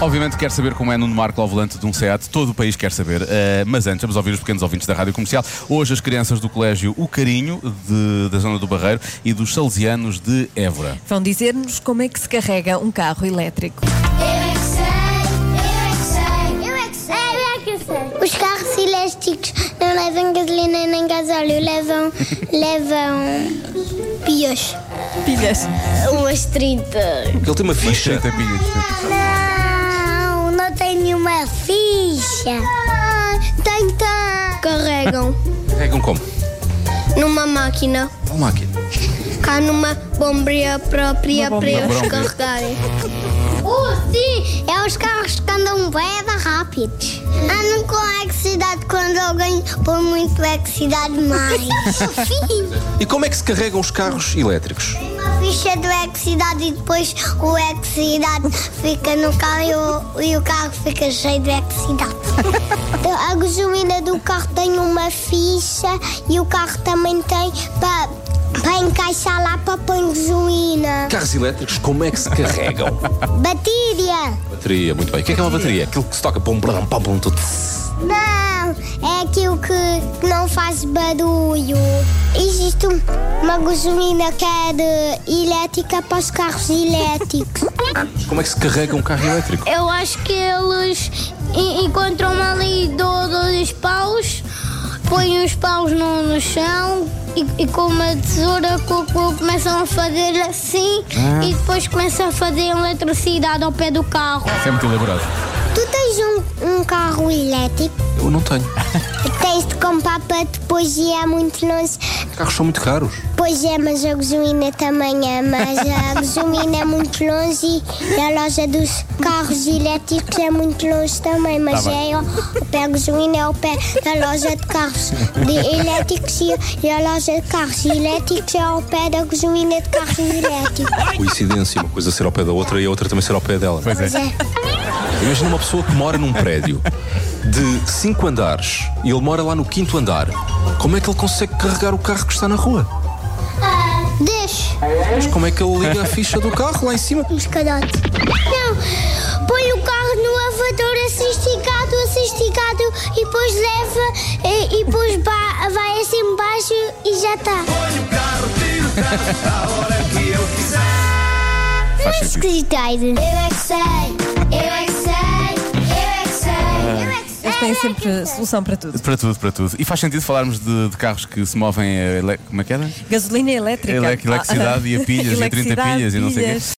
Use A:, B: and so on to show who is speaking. A: Obviamente quer saber como é Nuno Marco ao volante de um SEAT, todo o país quer saber, eh, mas antes vamos ouvir os pequenos ouvintes da Rádio Comercial. Hoje as crianças do Colégio O Carinho, de- da Zona do Barreiro, e dos Salesianos de Évora.
B: Vão dizer-nos como é que se carrega um carro elétrico.
C: Eu é que sei, eu é que sei, eu é que sei, eu é que sei.
D: Os carros elásticos não levam gasolina nem gasóleo, levam, levam pios.
B: Pilhas.
D: Umas 30.
E: Ele tem uma
A: Umas
E: ficha.
A: 30 pilhas.
D: Ah, Não, não tem nenhuma ficha. Ah, Tem, tem. Carregam
E: Carregam como?
D: numa máquina,
E: Uma máquina.
D: cá numa bombria própria
B: Uma
D: para
B: bombinha.
D: eles
A: Uma bombinha.
D: carregarem. Oh, sim, é os carros que andam bem rápidos. Andam com eletricidade quando alguém põe muito eletricidade mais. Fofinho.
E: E como é que se carregam os carros elétricos?
D: Uma ficha do eletricidade e depois o eletricidade fica no carro e o, e o carro fica cheio de eletricidade. Então, a gasolina do carro tem uma ficha e o carro também tem para encaixar lá para pôr gasolina.
E: Carros elétricos, como é que se carregam?
D: Bateria!
E: bateria, muito bem. O que é que é uma bateria? Aquilo que se toca pum, brum, pum, pum, tudo.
D: Não, é aquilo que, que não faz barulho. Existe um- uma gasolina que é de elétrica para os carros elétricos.
E: Mas Como é que se carrega um carro elétrico?
D: Eu acho que eles en- encontram ali do- dois paus, põem os paus no, no chão e, e com uma tesoura co- co- começam a fazer assim e depois começam a fazer eletricidade ao pé do carro.
A: Isso é muito elaborado.
D: Tu tens um, carro elétrico,
E: Eu não tenho.
D: tens de comprar para depois ir a muito longe.
E: Os carros são muito caros.
D: Pois é, mas a gasolina também é, mas a gasolina é muito longe e a loja dos carros elétricos é muito longe também, mas
A: Tá bem.
D: é ao, ao pé da gasolina é ao pé da loja de carros de elétricos e, e a loja de carros elétricos é ao pé da gasolina de carros elétricos.
E: Coincidência, uma coisa ser ao pé da outra e a outra também ser ao pé dela.
A: Pois é.
D: Pois é.
E: Imagina uma pessoa que mora num prédio de cinco andares e ele mora lá no quinto andar. Como é que ele consegue carregar o carro que está na rua?
D: Ah, Deixa
E: Mas como é que ele liga a ficha do carro lá em cima?
D: um escadote. Não, põe o carro no lavador assim esticado, assim esticado e depois leva e, e depois ba- vai assim embaixo e já está.
A: Faz sentido.
D: escritório. Eu é que sei, eu é que sei, eu é que sei, eu é que sei.
B: Eles têm sempre solução para tudo.
A: Para tudo, para tudo. E faz sentido falarmos de, de carros que se movem a ele... Como é que era?
B: Gasolina elétrica. Ah,
A: Ele- Eletricidade e a pilhas, e a 30
B: Eletricidade,
A: pilhas e não sei o quê.
B: pilhas.